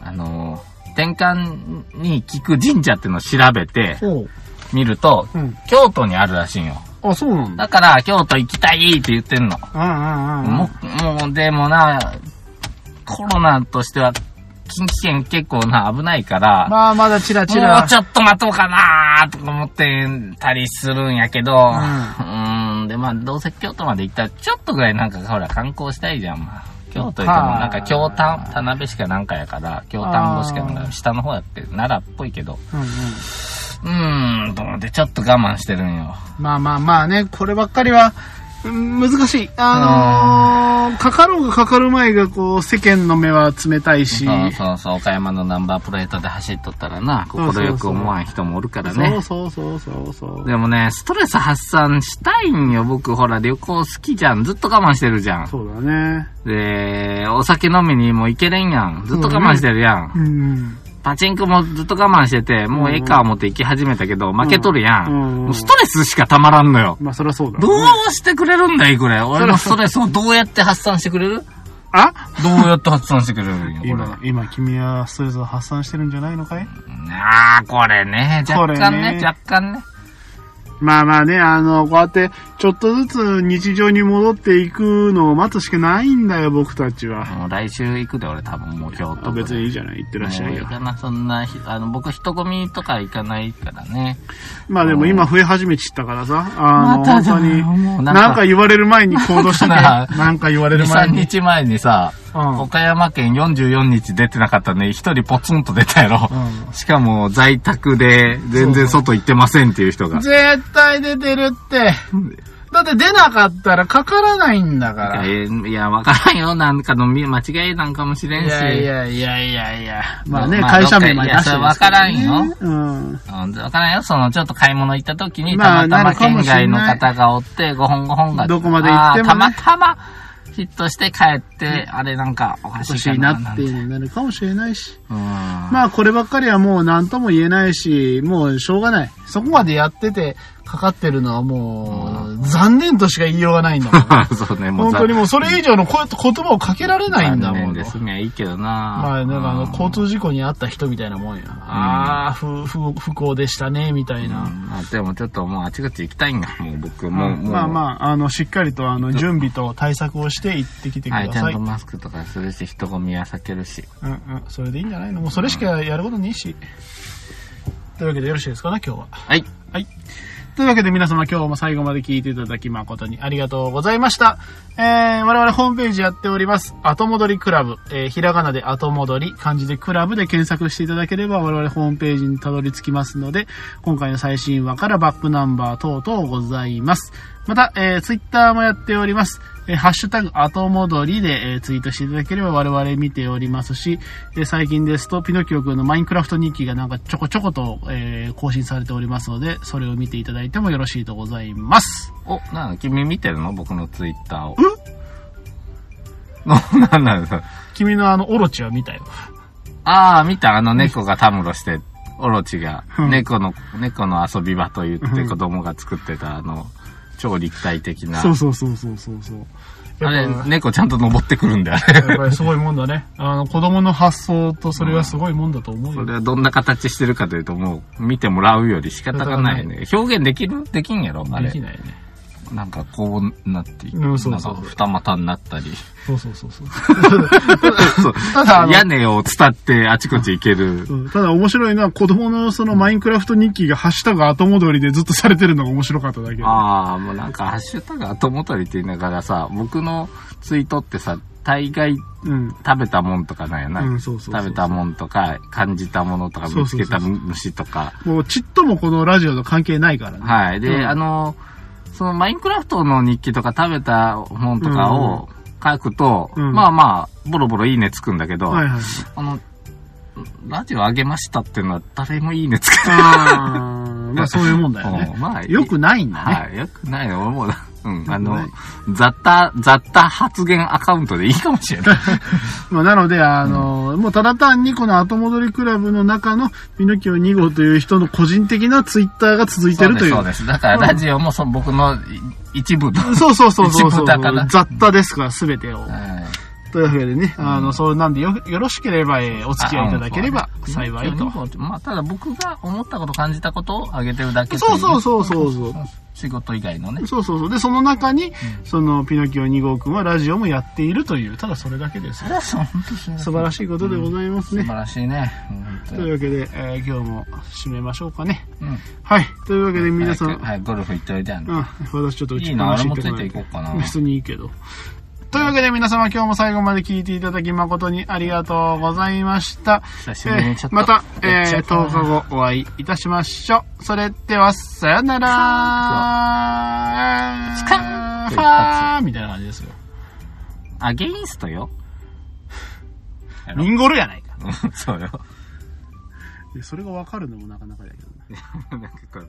A: あのー、転換に効く神社っていうのを調べて
B: おう。
A: みると、
B: うん。
A: 京都にあるらしいんよ。
B: あ、そうなんだ。
A: だから、京都行きたいって言ってんの。
B: うんうんうん。
A: もう、もう、でもな、コロナとしては、近畿圏結構な、危ないから、
B: まあまだチラチ
A: も
B: ラ
A: う。ちょっと待とうかなーとか思ってたりするんやけど、うーん、で、まあ、どうせ京都まで行ったら、ちょっとぐらいなんか、ほら、観光したいじゃん、まあ。京都行っても、なんか、京丹、田辺しかなんかやから、京丹後しかなん
B: あ
A: か、
B: ー
A: 下の方やって、奈良っぽいけど、
B: うんうん。
A: うーん、と思って、ちょっと我慢してるんよ。
B: まあまあまあね、こればっかりは、うん難しい。あのー、かかろうがかかる前がこう、世間の目は冷たいし。
A: そうそうそう、岡山のナンバープレートで走っとったらな、
B: そうそうそう
A: 心よく思わん人もおるからね。
B: そうそうそうそうそう。
A: でもね、ストレス発散したいんよ、僕。ほら、旅行好きじゃん。ずっと我慢してるじゃん。
B: そうだね。
A: で、お酒飲みにも行けれんやん。ずっと我慢してるやん。
B: うん。
A: パチンコもずっと我慢してて、もうええか思って行き始めたけど、負けとるやん。
B: うんうん
A: もうストレスしかたまらんのよ。
B: まあそりゃそうだ。
A: どうしてくれるんだい、これ。俺のストレスをどうやって発散してくれる
B: あ
A: どうやって発散してくれるん [laughs] よ、これ。
B: 今、今君はストレスを発散してるんじゃないのかい
A: ああ、これね。
B: こ
A: 若
B: れ
A: 干ね、
B: ね
A: 若干ね。
B: まあまあね、あの、こうやってちょっとずつ日常に戻っていくのを待つしかないんだよ、僕たちは。
A: もう来週行くで俺多分もう京
B: あ
A: 都
B: 別にいいじゃない、行ってらっしゃい
A: もう
B: よ
A: 行。かな、そんなひ、あの、僕人混みとか行かないからね。
B: まあでも今増え始めちったからさ、あの、
A: まただ
B: 本当に、
A: もうなんか
B: なんか言われる前に行動してね。
A: な
B: [laughs] なんか言われ
A: 2、
B: る前
A: 3
B: に。
A: 日前にさ、
B: うん
A: 岡山県44日出てなかったのに、一人ポツンと出たやろ。
B: う
A: しかも、在宅で全然外行ってませんっていう人が。
B: 絶対出てるって。だって出なかったらかからないんだか
A: いや
B: ら。
A: えーいや、わからんよ。なんか飲み、間違いなんかもしれんし。
B: いやいやいやいやいや。まあね、
A: まあ
B: 会社名まで出してますけどね
A: いやそれは分
B: うん。
A: うんわからんよ。その、ちょっと買い物行った時に、
B: ま
A: たま
B: あ
A: た
B: な
A: ま
B: るか
A: 県
B: もしれない
A: 外の方がおって、ご本ご本が。
B: どこまで行って
A: あ
B: もね
A: ーたまたま、ヒットして帰って、あれなんかおか
B: 欲
A: し
B: し
A: い
B: い
A: かな
B: なっていうのになるかもしれないし。
A: うん。まあ、
B: まあこればっかりはもう何とも言えないし、もうしょうがない。そこまでやっててかかってるのはもう、残念としか言いようがないんだもん。
A: そう [laughs] ね、もう
B: 本
A: ざ
B: 当にもうそれ以上のこ言葉をかけられないんだもん。
A: ですみはいいけどな。
B: まあ、なんかあの、
A: うん
B: 交通事故に遭った人みたいなもんや。ああ、不、不、不幸でしたね、みたいな。
A: うんまあ、でもちょっともうあちこち行きたいんだ。もう僕も、もう。
B: まあまあ、あの、しっかりと、あの、準備と対策をして行ってきてく
A: は
B: だ
A: い、ちゃ
B: さ
A: ん
B: い。
A: とマスクとかするし、人混みは避けるし。
B: うんうん。それでいいんじゃないのもうそれしかやることねえし。というわけでよろしいですかね、今日は。
A: はい。
B: はい。というわけで皆様今日も最後まで聞いていただき誠にありがとうございました。えー、我々ホームページやっております。後戻りクラブ。えー、ひらがなで後戻り、漢字でクラブで検索していただければ我々ホームページにたどり着きますので、今回の最新話からバックナンバー等々ございます。また、えー、ツイッターもやっております。えーハッシュタグ後戻りで、えーツイートしていただければ我々見ておりますし、えー最近ですとピノキオくんのマインクラフト日記がなんかちょこちょこと、えー更新されておりますので、それを見ていただいてもよろしいとございます。
A: お、なんだ、君見てるの僕のツイッター [laughs] を。うんなんなんだ
B: 君のあの、オロチは見たよ。
A: ああ、見たあの猫がたむろして、オロチが
B: う、ん
A: 猫の、猫の遊び場と言って
B: うん
A: 子供が作ってたあの、超立体的な。
B: そうそうそうそうそうそう。
A: あれ
B: やっぱ、
A: 猫ちゃんと登ってくるんだよ、あれ。
B: やっぱりすごいもんだね。あの、子供の発想とそれはすごいもんだと思う
A: そ
B: よ。
A: れはどんな形してるかというと、もう見てもらうより仕方がないね。表現できるできんやろあ
B: で
A: れ
B: き。ないね。
A: なんかこうなっていく。
B: う
A: なんん
B: そうそう
A: か二股になったり。
B: そうそうそう [laughs] そう。
A: そう
B: ただあの
A: 屋根を伝ってあちこち行ける。
B: うんただ面白いのは子供のそのマインクラフト日記がハッシュタグ後戻りでずっとされてるのが面白かっただけで。
A: ああ、もうなんか、ハッシュタグ後戻りって言いながらさ、僕のツイートってさ、大概
B: うん。
A: 食べたもんとかなんやな。
B: うんそうそうそう
A: 食べたもんとか、感じたものとか、
B: そう
A: 見
B: そ
A: つ
B: うそう
A: けた虫とか。
B: もうちっともこのラジオと関係ないからね。
A: はい。で、
B: うん
A: あの、そのマインクラフトの日記とか食べたもんとかを書くと、
B: うん
A: まあまあ、ボロボロいいねつくんだけど、
B: はい
A: [laughs]
B: はい。
A: あの、ラジオ上げましたってのは誰もいいねつか
B: あーまあそういうもんだよ
A: ない。
B: [laughs] ね。
A: うんまあ、
B: よくないんだね。
A: はい、よくないの、俺もう、うん、あ
B: よ
A: の、雑多、雑多発言アカウントでいいかもし
B: [laughs]
A: れない。
B: まあ、なので、あの、もうただ単にこの後戻りクラブの中のピノキオ2号という人の個人的なツイッターが続いてるという。
A: そうです。そうですだからラジオもそ僕のい一部の。
B: そうそうそうそうそう。
A: 一部だから
B: 雑多ですから、すべてを。
A: はい
B: というわけでね、あの、そうなんでよ、よろしければ、えーお付き合いいただければ幸いと。。
A: あうんそうまあ、ただ僕が思ったこと感じたことをあげてるだけとい
B: そうそうそうそうそう。
A: 仕事以外のね。
B: そうそうそう。で、その中に、その、ピノキオ2号くんはラジオもやっているという、ただそれだけです。
A: そう、本当そう
B: 素晴らしいことでございます
A: 素
B: ね。
A: 晴らしいね。うん
B: というわけで、えー今日も締めましょうかね。
A: うん
B: はい。というわけで皆さ
A: 早
B: ん、
A: くはい、ゴルフ行っておいでやん。
B: うん、私ちょっと打ち
A: い
B: っ
A: い
B: ぱ
A: な、
B: なし
A: 俺
B: 行
A: も
B: って
A: つ
B: こ
A: い
B: な
A: て
B: い
A: いこうかな。
B: 別にいいけど。というわけで皆様今日も最後まで聞いていただき誠にありがとうございました。
A: 久しぶりにちょっと
B: また、
A: やっち
B: え
A: ゃ
B: ー、
A: おうかな
B: 10日後お会いいたしましょう。それでは、さよなら
A: スカン
B: ファーみたいな感じですよ。
A: アゲインストよ。
B: ミンゴルやないか。
A: そうよ。
B: [laughs] それがわかるのもなかなかだけどね。
A: なんかこれ